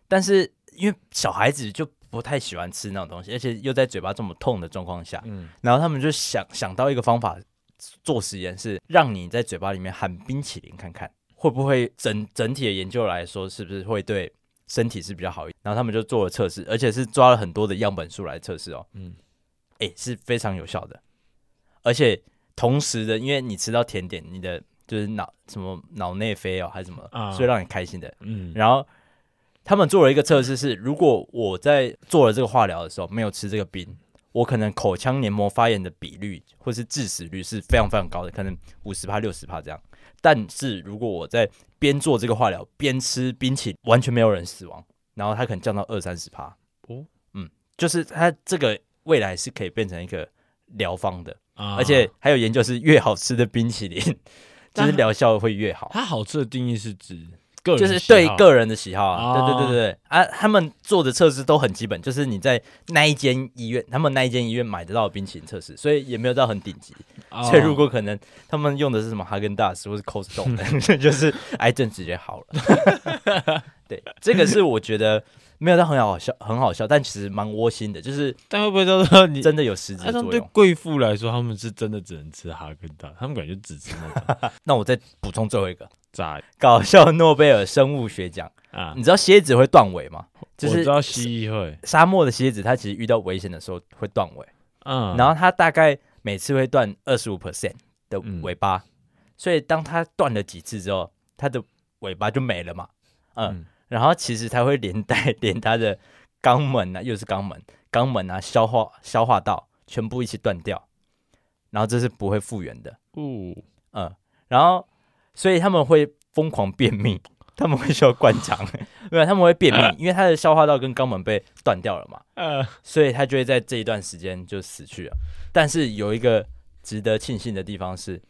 但是因为小孩子就不太喜欢吃那种东西，而且又在嘴巴这么痛的状况下，嗯然后他们就想想到一个方法做实验，是让你在嘴巴里面含冰淇淋看看，会不会整整体的研究来说，是不是会对身体是比较好一点？然后他们就做了测试，而且是抓了很多的样本数来测试哦，嗯，诶，是非常有效的，而且同时的，因为你吃到甜点，你的就是脑什么脑内啡哦还是什么，啊所以让你开心的，嗯，然后他们做了一个测试是，如果我在做了这个化疗的时候没有吃这个冰，我可能口腔黏膜发炎的比率或是致死率是非常非常高的，可能五十帕六十帕这样。但是如果我在边做这个化疗边吃冰淇淋，完全没有人死亡，然后它可能降到二三十帕。哦，嗯，就是它这个未来是可以变成一个疗方的，啊而且还有研究是越好吃的冰淇淋， 就是疗效会越好。它好吃的定义是指个人就是喜对好个人的喜好啊，哦对对对对啊，他们做的测试都很基本，就是你在那一间医院，他们那一间医院买得到的冰淇淋测试，所以也没有到很顶级。哦所以如果可能，他们用的是什么哈根达斯或是 Costco，就是 癌症直接好了。 对，这个是我觉得没有到很好笑，很好笑，但其实蛮窝心的，就是但会不会叫做你？ 真的有实质啊，的那作对用。贵妇来说，他们是真的只能吃哈根达斯，他们感觉只吃那种 那我再补充最后一个炸搞笑诺贝尔生物学奖，啊。你知道蝎子会断尾吗？就我是知道蜥蜴会，沙漠的蝎子，它其实遇到危险的时候会断尾。嗯，然后它大概每次会断二十五 percent 的嗯尾巴，所以当它断了几次之后，它的尾巴就没了嘛，嗯，嗯然后其实它会连带 连它的肛门啊，又是肛门，肛门啊，消化消化道全部一起断掉，然后这是不会复原的，哦，嗯，然后所以他们会疯狂便秘， 他们会需要灌肠， 没有，他们会便 秘，因为它的消化道跟肛门被断掉了嘛，呃，所以他就会在这一段时间就死去了。但是有一个值得庆幸的地方是，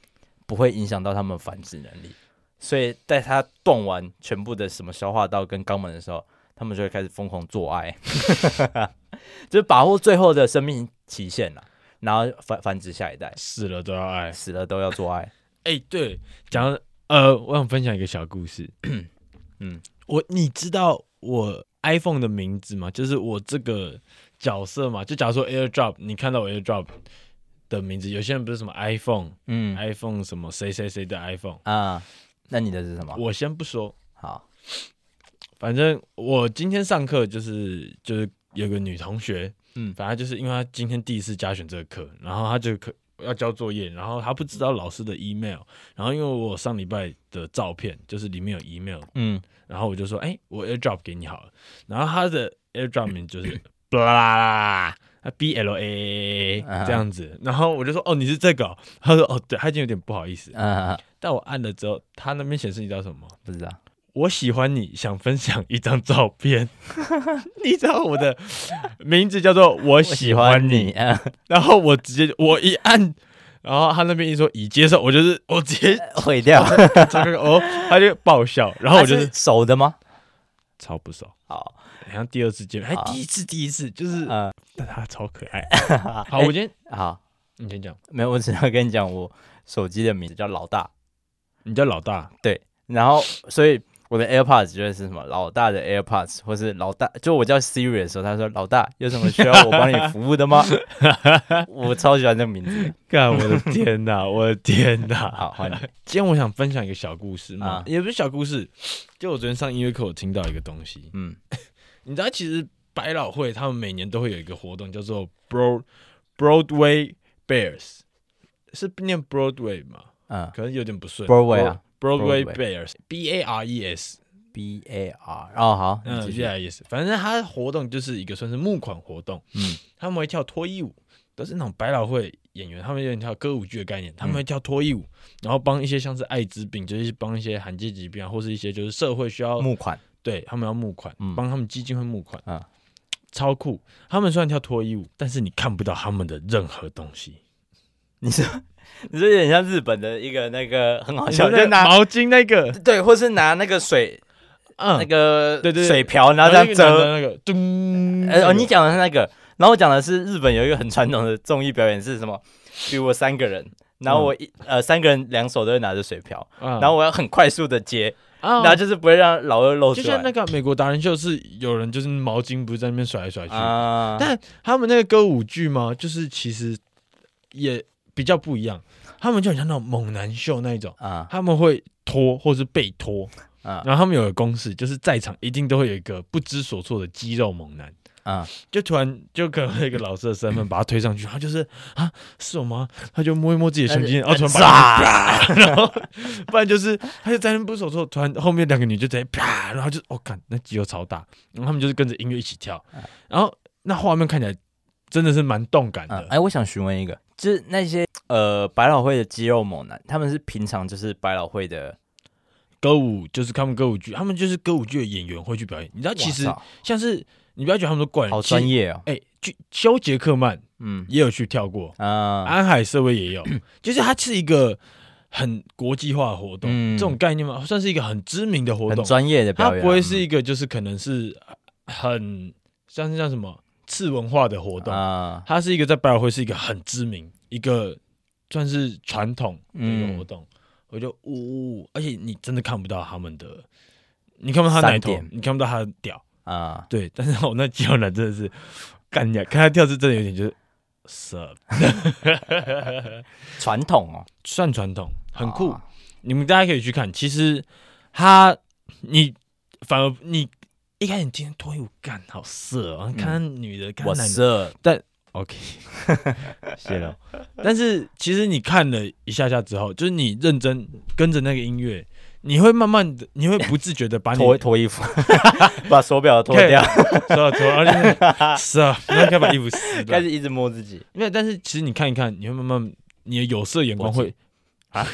不会影响到他们繁殖能力。所以在他断完全部的什么消化道跟肛门的时候，他们就会开始疯狂做爱， 就是把握最后的生命期限了，然后繁繁殖下一代，死了都要爱。死了都要做爱。哎、对，讲到呃，我想分享一个小故 事。嗯，我你知道我 iPhone 的名字吗？就是我这个角色嘛。就假如说 AirDrop，你看到我 AirDrop 的名字，有些人不是什么 iPhone、嗯 iPhone 什么谁谁谁的 iPhone，啊，那你的是什么？我先不说，好，反正我今天上课就是就是有个女同学，嗯反正就是因为她今天第一次加选这个课，然后她就可要交作业，然后她不知道老师的 email，然后因为我上礼拜的照片就是里面有 email，嗯然后我就说，哎、我 AirDrop 给你好了，然后她的 AirDrop 名就是 blah 啦 B L A 啊这样子，然后我就说，哦，你是这个哦、她说，哦，对，她已经有点不好意思，啊，但我按了之后，她那边显示你知道什么吗？不知道。我喜欢你，想分享一张照片。 你知道我的名字叫做我喜欢你，你，啊然后我直接我一按，然后他那边一说已接受，我就是我直 接 毁掉。这个哦，他就爆笑，然后我就是它 是熟的吗？超不熟，好，好像第二次见面，还好第一次第一次，就是嗯但他超可 爱。好，好我今天好，你先讲，没有，我只要跟你讲，我手机的名字叫老大，你叫老大，对，然后所以我的 AirPods 就会是什么老大的 AirPods，或是老大，就我叫 Siri 的时候，他说老大有什么需要我帮你服务的 吗？我超喜欢这个名字。干我的天 哪，我的天哪！好，欢迎。今天我想分享一个小故事嘛啊，也不是小故事，就我昨天上音乐课，我听到一个东西，嗯，你知道，其实百老汇他们每年都会有一个活动，叫做 Broad Broadway Bears，是念 Broadway 吗？ 嗯可能有点不顺。 Broadway 啊 Broadway Broadway Bears，B A R E S， ，B A R，哦，好，你嗯继，B 续 A R E S，反正它的活动就是一个算是募款活动，嗯，他们会跳脱衣舞，都是那种百老汇演员，他们有点跳歌舞剧的概念，嗯他们会跳脱衣舞，然后帮一些像是艾滋病，就是帮一些罕见疾病啊，或是一些就是社会需要募款，对他们要募款嗯，帮、他们基金会募款嗯超酷。他们虽然跳脱衣舞，但是你看不到他们的任何东西，你说，你说有点像日本的一个那个很好笑，你说那就个啊拿毛巾那个，对，或是拿那个水嗯，那个对对对水瓢，然后这样然后遮一个男的那个，咚，呃，那哦，个你讲的是那个，然后我讲的是日本有一个很传统的综艺表演是什么？比如我三个人，然后我一、呃三个人两手都会拿着水瓢，嗯然后我要很快速的接，啊，然后就是不会让老二露就出像那来。个美国达人秀是有人就是毛巾不是在那边甩来甩去，啊但他们那个歌舞剧嘛，就是其实也比较不一样，他们就很像那种猛男秀那一种，啊他们会脱或是被脱，啊然后他们有个公式，就是在场一定都会有一个不知所措的肌肉猛男，啊！嗯就突然就可能会有一个老师的身份把他推上去，他就是啊是我吗？他就摸一摸自己的胸肌，然后突然把炸！他， 然后不然就是他就在那边不知所措，突然后面两个女就直接啪，然后就哦看那肌肉超大，然后他们就是跟着音乐一起跳，啊然后那画面看起来真的是蛮动感嗯的，哎，我想询问一个，就是那些呃百老汇的肌肉猛男，他们是平常就是百老汇的，歌舞就是他们歌舞剧，他们就是歌舞剧的演员会去表演，你知道其实哇塞像是你不要觉得他们都怪人，好其实专业哦。哎、就休杰克曼嗯也有去跳过，啊 安海瑟薇也有，就是他是一个很国际化的活动，嗯这种概念嘛，算是一个很知名的活很动，专业的它表演，不会是嗯一个就是可能是很像是像什么次文化的活动，啊，它是一个在百老汇是一个很知名，一个算是传统的一个活嗯动。我就呜呜呜，而且你真的看不到他们的，你看不到他奶散头点，你看不到他的屌，啊，对。 但是我那肌肉男真的是，干你、啊，看他跳是真的有点就是色，传统哦，算传统，很酷。啊你们大家可以去看。其实他，你反而你一开始你今天脱衣舞干好色哦，看他女的，看嗯我他男的，是 OK，谢了。但是其实你看了一下下之后，就是你认真跟着那个音乐，你会慢慢的，你会不自觉的啊把你脱脱衣服， 把手表脱掉， 脱脱， 而且是啊，然后该把衣服撕 开掉。始一直摸自己，没有，但是其实你看一看，你会慢慢你的有色眼光会啊，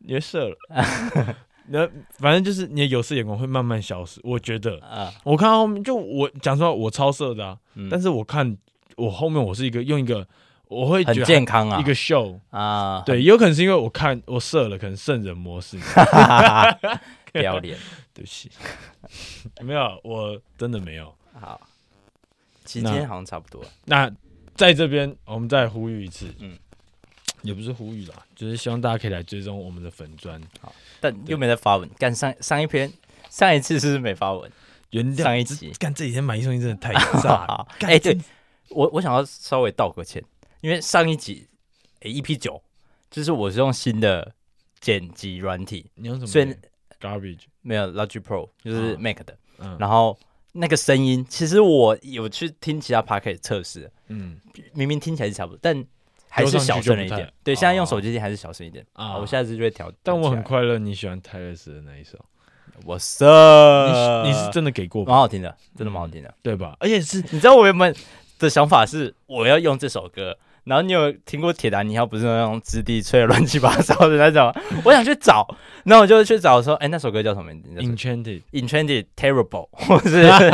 你会射了。 那反正就是你的有色眼光会慢慢消失，我觉得。啊，我看到后面就我讲实话，我超色的啊，嗯但是我看我后面我是一个用一个我会很觉得健康啊一，个 show，啊，对， 有可能是因为我看我射了，可能圣人模式， 不要脸，对不起，没有，啊我真的没有。好，其实今天好像差不多了，那在这边我们再呼吁一次，嗯嗯，也不是呼吁啦，就是希望大家可以来追踪我们的粉砖，但又没在发文，干上上一篇。上一次是不是没发文？原谅上一这集干这几天买一送一真的太炸 了，好，啊干哎，对真我，我想要稍微道个歉，因为上一集，哎，EP 九，就是我是用新的剪辑软体，你用什么？所以 garbage，没有 Logic Pro，就是啊 Mac 的，嗯然后那个声音，其实我有去听其他 p o c k e t 测试，嗯明明听起来是差不多，但还是小声了一丢上去就不点太。对，哦现在用手机听还是小声一点啊啊。我下次就会调。但我调很起来，快乐，你喜欢泰勒斯的那一首，我是你你你 是真的给过吧蛮好听的，真的蛮好听的。对吧？而且是啊你知道我原本的想法是我要用这首歌，然后你有听过铁达尼号不是那种质地吹的乱七八糟的那种？ 我想去找，然后我就去找说，哎，那首歌叫什么名字 enchanted， ？Enchanted Terrible，或是或嗯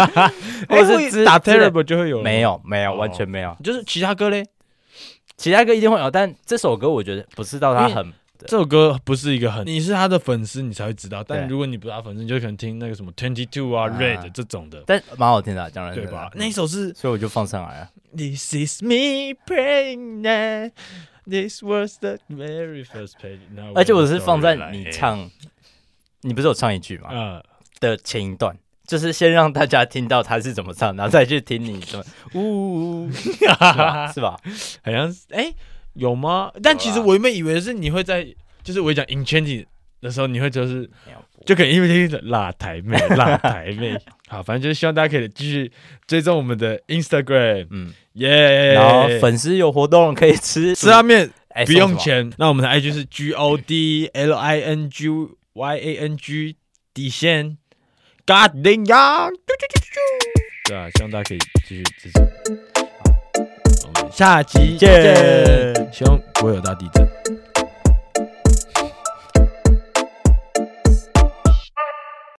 哎是之打之类 terrible 就会有了吗没，有没有哦完全没有。就是其他歌嘞。其他歌一定会有，但这首歌我觉得不是到它因为很这首歌不是一个很，你是他的粉丝，你才会知道。但对如果你不是他粉丝，你就可能听那个什么 Twenty Two 啊、啊 Red 这种的，但蛮好听的啊，讲然对吧？真的那一首是所以我就放上来啊了。 This is me praying that this was the very first page。而且我是放在你，唱，你不是有唱一句吗？ 呃，的前一段，就是先让大家听到他是怎么唱，然后再去听你怎 么呜，是吧？是吧？好像是哎有吗？但其实我原本以为是你会在，就是我讲 Enchanted 的时候，你会就是没有就可以因为听着辣台妹，辣台 妹。好，反正就是希望大家可以继续追踪我们的 Instagram，嗯，耶！然后粉丝有活动可以吃吃拉面哎啊不送用，什么钱。那我们的 IG 是 G O D L I N G Y A N G 底线 God d a n g 对啊，希望大家可以继续支持。好，我们下期见见。希望不会有大地震。